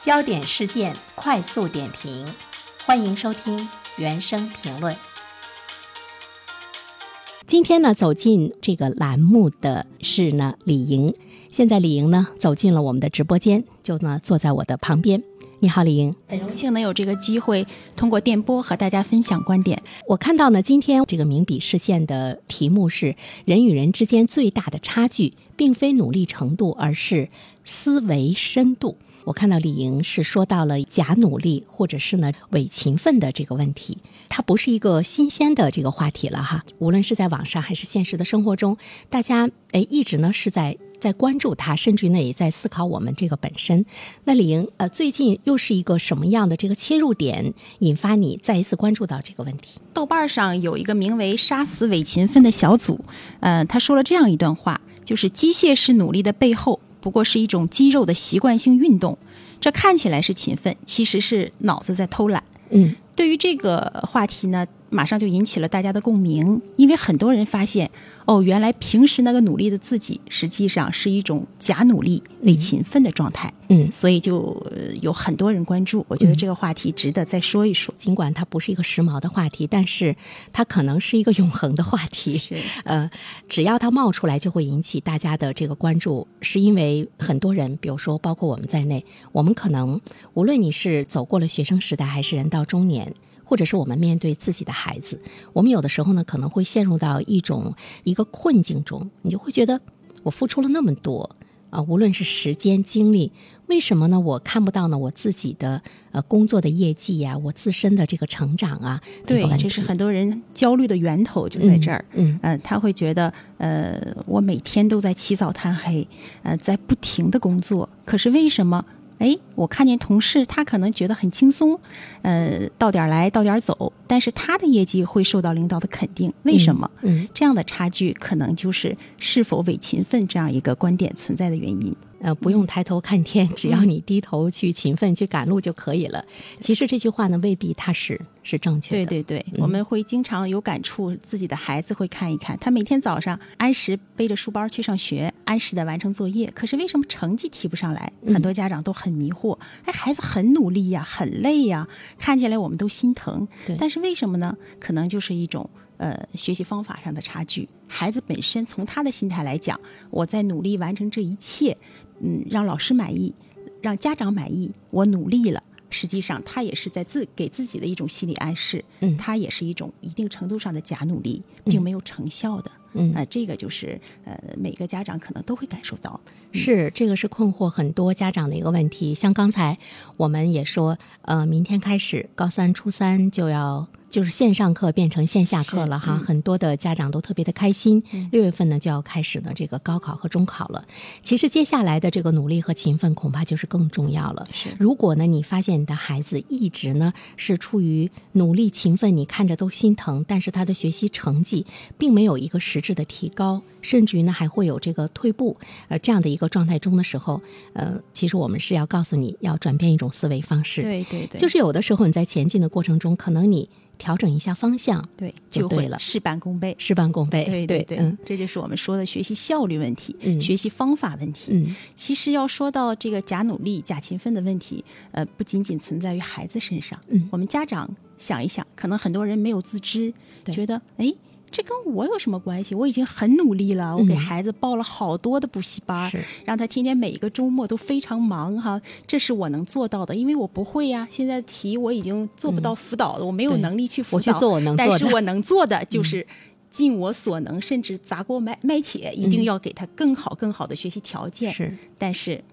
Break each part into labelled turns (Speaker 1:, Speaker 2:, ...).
Speaker 1: 焦点事件快速点评，欢迎收听原声评论。今天呢，走进这个栏目的是呢李莹。现在李莹呢走进了我们的直播间，就呢坐在我的旁边。你好，李莹。
Speaker 2: 很荣幸能有这个机会通过电波和大家分享观点。
Speaker 1: 我看到呢，今天这个名笔视线的题目是“人与人之间最大的差距，并非努力程度，而是思维深度”。我看到李莹是说到了假努力或者是呢伪勤奋的这个问题，它不是一个新鲜的这个话题了哈。无论是在网上还是现实的生活中，大家哎一直呢是在在关注它，甚至呢也在思考我们这个本身。那李莹呃，最近又是一个什么样的这个切入点，引发你再一次关注到这个问题？
Speaker 2: 豆瓣上有一个名为“杀死伪勤奋”的小组，呃，他说了这样一段话，就是机械式努力的背后，不过是一种肌肉的习惯性运动。这看起来是勤奋，其实是脑子在偷懒。
Speaker 1: 嗯，
Speaker 2: 对于这个话题呢，马上就引起了大家的共鸣，因为很多人发现，哦，原来平时那个努力的自己，实际上是一种假努力、伪勤奋的状态。
Speaker 1: 嗯
Speaker 2: 所以就呃有很多人关注，我觉得这个话题值得再说一说。
Speaker 1: 尽管它不是一个时髦的话题，但是它可能是一个永恒的话题。
Speaker 2: 是
Speaker 1: 呃，只要它冒出来，就会引起大家的这个关注，是因为很多人，比如说包括我们在内，我们可能无论你是走过了学生时代，还是人到中年。或者是我们面对自己的孩子，我们有的时候呢，可能会陷入到一种一个困境中，你就会觉得我付出了那么多啊，无论是时间、精力，为什么呢？我看不到呢我自己的呃工作的业绩呀、我自身的这个成长啊，
Speaker 2: 对
Speaker 1: 个问，
Speaker 2: 这是
Speaker 1: 题
Speaker 2: 很多人焦虑的源头就在这儿。
Speaker 1: 嗯
Speaker 2: 嗯、他会觉得，呃，我每天都在起早贪黑，呃，在不停的工作，可是为什么？哎，我看见同事他可能觉得很轻松，呃，到点儿来到点儿走，但是他的业绩会受到领导的肯定，为什么？
Speaker 1: 嗯。
Speaker 2: 这样的差距可能就是是否伪勤奋这样一个观点存在的原因。
Speaker 1: 呃，不
Speaker 2: 嗯
Speaker 1: 用抬头看天，只要你低头去勤奋去赶路就可以了。其实这句话呢，未必它是是正确的。
Speaker 2: 对对对，我们会经常有感触，自己的孩子会看一看，他每天早上按时背着书包去上学，按时的完成作业，可是为什么成绩提不上来？很多家长都很迷惑，哎，孩子很努力呀，很累呀，看起来我们都心疼
Speaker 1: 对，
Speaker 2: 但是为什么呢？可能就是一种。呃，学习方法上的差距，孩子本身从他的心态来讲，我在努力完成这一切，嗯，让老师满意，让家长满意，我努力了。实际上，他也是在自给自己的一种心理暗示，
Speaker 1: 嗯
Speaker 2: 它也是一种一定程度上的假努力，并没有成效的。
Speaker 1: 嗯
Speaker 2: 呃，这个就是呃，每个家长可能都会感受到。
Speaker 1: 是这个是困惑很多家长的一个问题。像刚才我们也说，呃，明天开始高三、初三就要就是线上课变成线下课了哈，
Speaker 2: 嗯
Speaker 1: 很多的家长都特别的开心。六、月份呢就要开始呢这个高考和中考了。其实接下来的这个努力和勤奋恐怕就是更重要了。
Speaker 2: 是
Speaker 1: 如果呢，你发现你的孩子一直呢是处于努力勤奋，你看着都心疼，但是他的学习成绩并没有一个实质的提高，甚至于呢还会有这个退步，呃这样的一个状态中的时候，呃，其实我们是要告诉你要转变一种思维方式，
Speaker 2: 对对对，
Speaker 1: 就是有的时候你在前进的过程中，可能你调整一下方向，
Speaker 2: 对，
Speaker 1: 就
Speaker 2: 就
Speaker 1: 对
Speaker 2: 会
Speaker 1: 了
Speaker 2: 事半功倍。
Speaker 1: 事半功倍，
Speaker 2: 对
Speaker 1: 嗯
Speaker 2: 这就是我们说的学习效率问题、
Speaker 1: 嗯
Speaker 2: 学习方法问题。
Speaker 1: 嗯
Speaker 2: 其实要说到这个假努力、假勤奋的问题，呃，不仅仅存在于孩子身上，
Speaker 1: 嗯
Speaker 2: 我们家长想一想，可能很多人没有自知，
Speaker 1: 对
Speaker 2: 觉得哎。这跟我有什么关系？我已经很努力了，我给
Speaker 1: 嗯
Speaker 2: 孩子报了好多的补习班，
Speaker 1: 是
Speaker 2: 让他天天每一个周末都非常忙哈，这是我能做到的，因为我不会呀、现在题我已经做不到辅导了，我没
Speaker 1: 嗯
Speaker 2: 有
Speaker 1: 对
Speaker 2: 能力去辅导，
Speaker 1: 我去做我能做
Speaker 2: 但
Speaker 1: 的嗯
Speaker 2: 是我能做的就是尽我所能，甚至砸锅卖卖铁，一定要给他更好更好的学习条件。
Speaker 1: 是
Speaker 2: 但是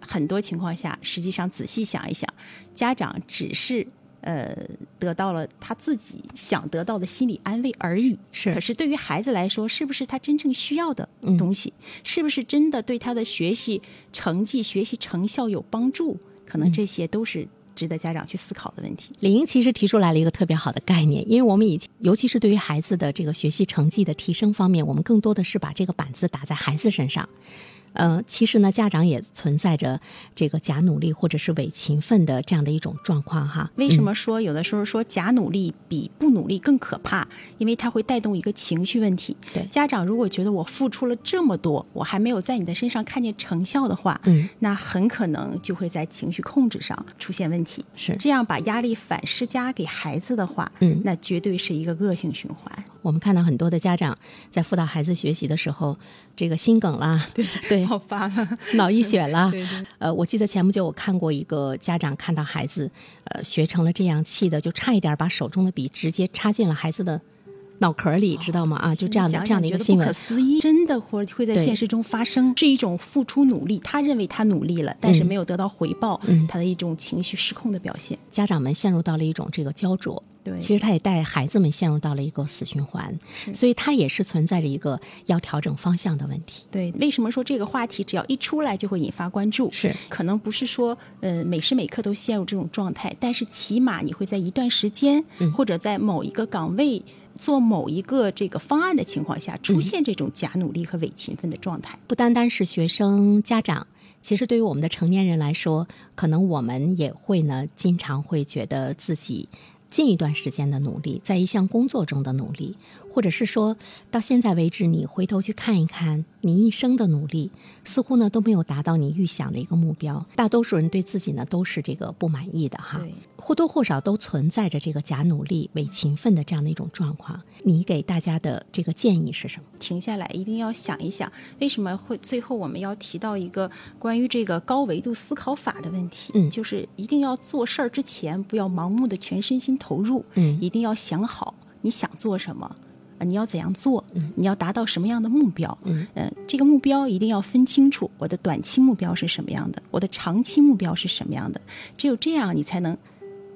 Speaker 2: 很多情况下，实际上仔细想一想，家长只是呃得到了他自己想得到的心理安慰而已。
Speaker 1: 是嗯
Speaker 2: 可是对于孩子来说，是不是他真正需要的东西？是不是真的对他的学习成绩、学习成效有帮助？可
Speaker 1: 嗯
Speaker 2: 能这些都是值得家长去思考的问题。
Speaker 1: 李莹其实提出来了一个特别好的概念，因为我们以前，尤其是对于孩子的这个学习成绩的提升方面，我们更多的是把这个板子打在孩子身上。呃，其实呢，家长也存在着这个假努力或者是伪勤奋的这样的一种状况哈。
Speaker 2: 为什么说有的时候说假努力比不努力更可怕？因为它会带动一个情绪问题。
Speaker 1: 对
Speaker 2: 家长如果觉得我付出了这么多，我还没有在你的身上看见成效的话，
Speaker 1: 嗯，
Speaker 2: 那很可能就会在情绪控制上出现问题。
Speaker 1: 是
Speaker 2: 这样把压力反施加给孩子的话，
Speaker 1: 嗯
Speaker 2: 那绝对是一个恶性循环。
Speaker 1: 我们看到很多的家长在辅导孩子学习的时候，这个心梗啦，对对，
Speaker 2: 爆发了，
Speaker 1: 脑溢血啦，
Speaker 2: 对对
Speaker 1: 呃，我记得前不久我看过一个家长看到孩子，呃，学成了这样，气的就差一点把手中的笔直接插进了孩子的脑壳里，知道吗？啊， 就这样的
Speaker 2: 哦想
Speaker 1: 这样的一
Speaker 2: 觉
Speaker 1: 个
Speaker 2: 得
Speaker 1: 新
Speaker 2: 不可
Speaker 1: 闻，
Speaker 2: 思议，真的会会在
Speaker 1: 对
Speaker 2: 现实中发生，是一种付出努力，他认为他努力了，但是没有得到回报，
Speaker 1: 嗯
Speaker 2: 他的一种情绪失控的表现。
Speaker 1: 家长们陷入到了一种这个焦灼。
Speaker 2: 对，
Speaker 1: 其实他也带孩子们陷入到了一个死循环，所以他也是存在着一个要调整方向的问题。
Speaker 2: 对，为什么说这个话题只要一出来就会引发关注？
Speaker 1: 是
Speaker 2: 可能不是说呃每时每刻都陷入这种状态，但是起码你会在一段时间、或者在某一个岗位做某一个这个方案的情况下，出现这种假努力和伪勤奋的状态。
Speaker 1: 不单单是学生家长，其实对于我们的成年人来说，可能我们也会呢，经常会觉得自己近一段时间的努力，在一项工作中的努力，或者是说到现在为止，你回头去看一看你一生的努力，似乎呢都没有达到你预想的一个目标。大多数人对自己呢都是这个不满意的哈。
Speaker 2: 对
Speaker 1: 或多或少都存在着这个假努力、伪勤奋的这样的一种状况。你给大家的这个建议是什么？
Speaker 2: 停下来，一定要想一想，为什么会最后我们要提到一个关于这个高维度思考法的问题？
Speaker 1: 嗯
Speaker 2: 就是一定要做事儿之前不要盲目的全身心投入，
Speaker 1: 嗯
Speaker 2: 一定要想好你想做什么。呃你要怎样做？你要达到什么样的目标？
Speaker 1: 嗯
Speaker 2: 呃，这个目标一定要分清楚。我的短期目标是什么样的？我的长期目标是什么样的？只有这样，你才能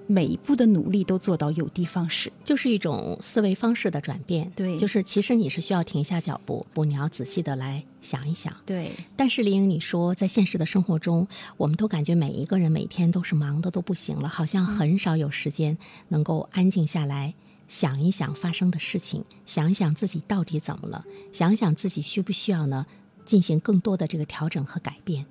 Speaker 2: 每一步的努力都做到有的放矢。
Speaker 1: 就是一种思维方式的转变。
Speaker 2: 对
Speaker 1: 就是其实你是需要停下脚步，不，你要仔细的来想一想。
Speaker 2: 对，
Speaker 1: 但是林颖，你说在现实的生活中，我们都感觉每一个人每天都是忙的都不行了，好像很少有时间能够安静下来。想一想发生的事情，想一想自己到底怎么了，想一想自己需不需要呢进行更多的这个调整和改变。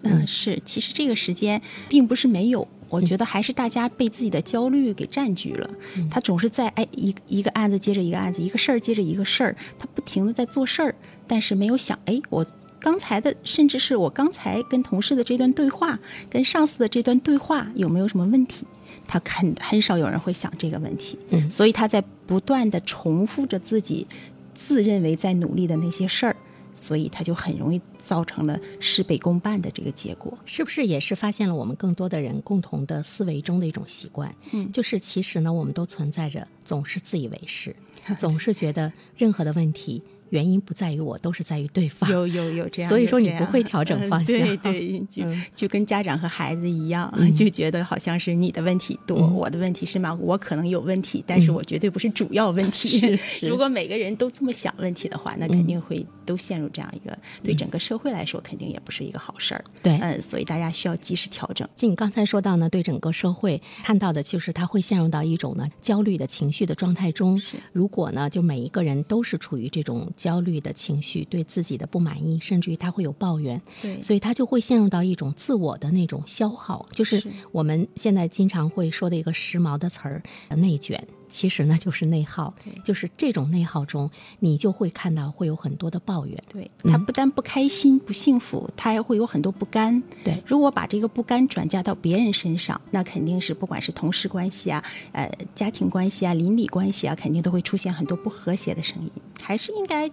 Speaker 2: 嗯，是，其实这个时间并不是没有。我觉得还是大家被自己的焦虑给占据了，他总是在哎一一个案子接着一个案子，一个事儿接着一个事儿，他不停的在做事儿，但是没有想哎，我刚才的甚至是我刚才跟同事的这段对话，跟上司的这段对话有没有什么问题？他很很少有人会想这个问题，
Speaker 1: 嗯
Speaker 2: 所以他在不断的重复着自己自认为在努力的那些事儿，所以他就很容易造成了事倍功半的这个结果。
Speaker 1: 是不是也是发现了我们更多的人共同的思维中的一种习惯？
Speaker 2: 嗯
Speaker 1: 就是其实呢，我们都存在着总是自以为是，总是觉得任何的问题原因不在于我，都是在于对方。
Speaker 2: 有有 有这样，
Speaker 1: 所以
Speaker 2: 有
Speaker 1: 说
Speaker 2: 这
Speaker 1: 你不
Speaker 2: 样
Speaker 1: 会调整
Speaker 2: 嗯
Speaker 1: 方
Speaker 2: 对
Speaker 1: 向
Speaker 2: 对，就、
Speaker 1: 嗯
Speaker 2: 就跟家长和孩子一样， 就觉得好像是你的问题多，我的问题是吗？我可能有问题，但是我绝对不是主要问 题。
Speaker 1: 是是
Speaker 2: 如果每个人都这么想问题的话，那肯定会都陷入这样一个，对整个社会来说肯定也不是一个好事儿。
Speaker 1: 对
Speaker 2: 嗯，所以大家需要及时调整。
Speaker 1: 就你刚才说到呢，对整个社会看到的就是他会陷入到一种呢焦虑的情绪的状态中。如果呢，就每一个人都是处于这种焦虑的情绪，对自己的不满意，甚至于他会有抱怨，
Speaker 2: 对
Speaker 1: 所以他就会陷入到一种自我的那种消耗，就是
Speaker 2: 是
Speaker 1: 我们现在经常会说的一个时髦的词儿“内卷”。其实呢，就是内耗，就是这种内耗中，你就会看到会有很多的抱怨。
Speaker 2: 对他
Speaker 1: 嗯
Speaker 2: 不但不开心、不幸福，他还会有很多不甘。
Speaker 1: 对
Speaker 2: 如果把这个不甘转嫁到别人身上，那肯定是不管是同事关系啊、呃家庭关系啊、邻里关系啊，肯定都会出现很多不和谐的声音。还是应该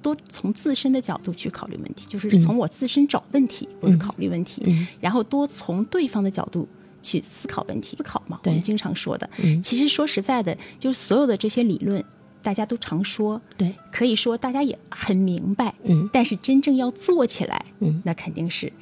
Speaker 2: 多从自身的角度去考虑问题，就是从我自身找问题，不是考虑问题，
Speaker 1: 嗯
Speaker 2: 然后多从对方的角度。去思考问题，思考嘛，我
Speaker 1: 对
Speaker 2: 们经常说的。
Speaker 1: 嗯
Speaker 2: 其实说实在的，就是所有的这些理论，大家都常说，
Speaker 1: 对，
Speaker 2: 可以说大家也很明白，
Speaker 1: 嗯，
Speaker 2: 但是真正要做起来，
Speaker 1: 嗯，
Speaker 2: 那肯定是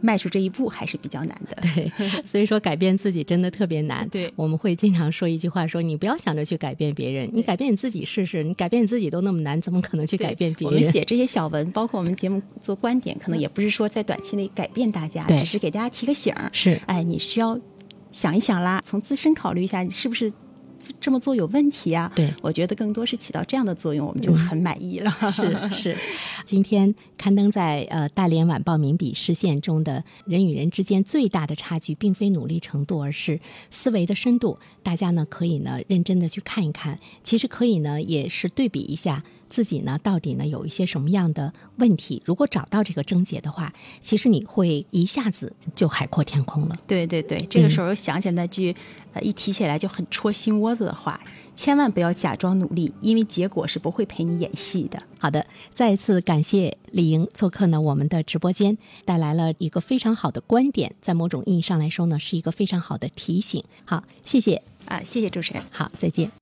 Speaker 2: 迈出这一步还是比较难的。
Speaker 1: 对，所以说改变自己真的特别难。
Speaker 2: 对
Speaker 1: 我们会经常说一句话说，你不要想着去改变别人，你改变你自己试试。你改变你自己都那么难，怎么可能去
Speaker 2: 对
Speaker 1: 改变别
Speaker 2: 我们
Speaker 1: 人？嗯
Speaker 2: 写这些小文，包括我们节目做观点，可能也不是说在短期内改变大家，
Speaker 1: 对
Speaker 2: 只是给大家提个醒儿。
Speaker 1: 是
Speaker 2: 哎，你需要想一想啦，从自身考虑一下，你是不是这么做有问题啊？
Speaker 1: 对嗯
Speaker 2: 我觉得更多是起到这样的作用，我们就很满意了。
Speaker 1: 是是，今天刊登在呃《大连晚报》名笔视线中的人与人之间最大的差距，并非努力程度，而是思维的深度。大家呢可以呢认真的去看一看，其实可以呢也是对比一下自己呢到底呢有一些什么样的问题。如果找到这个症结的话，其实你会一下子就海阔天空了。
Speaker 2: 对对对，这个时候又想起那句、呃一提起来就很戳心窝子的话，千万不要假装努力，因为结果是不会陪你演戏的。
Speaker 1: 好的，再一次感谢李莹做客呢我们的直播间，带来了一个非常好的观点，在某种意义上来说呢，是一个非常好的提醒。好，谢谢，
Speaker 2: 啊，谢谢主持人。
Speaker 1: 好，再见。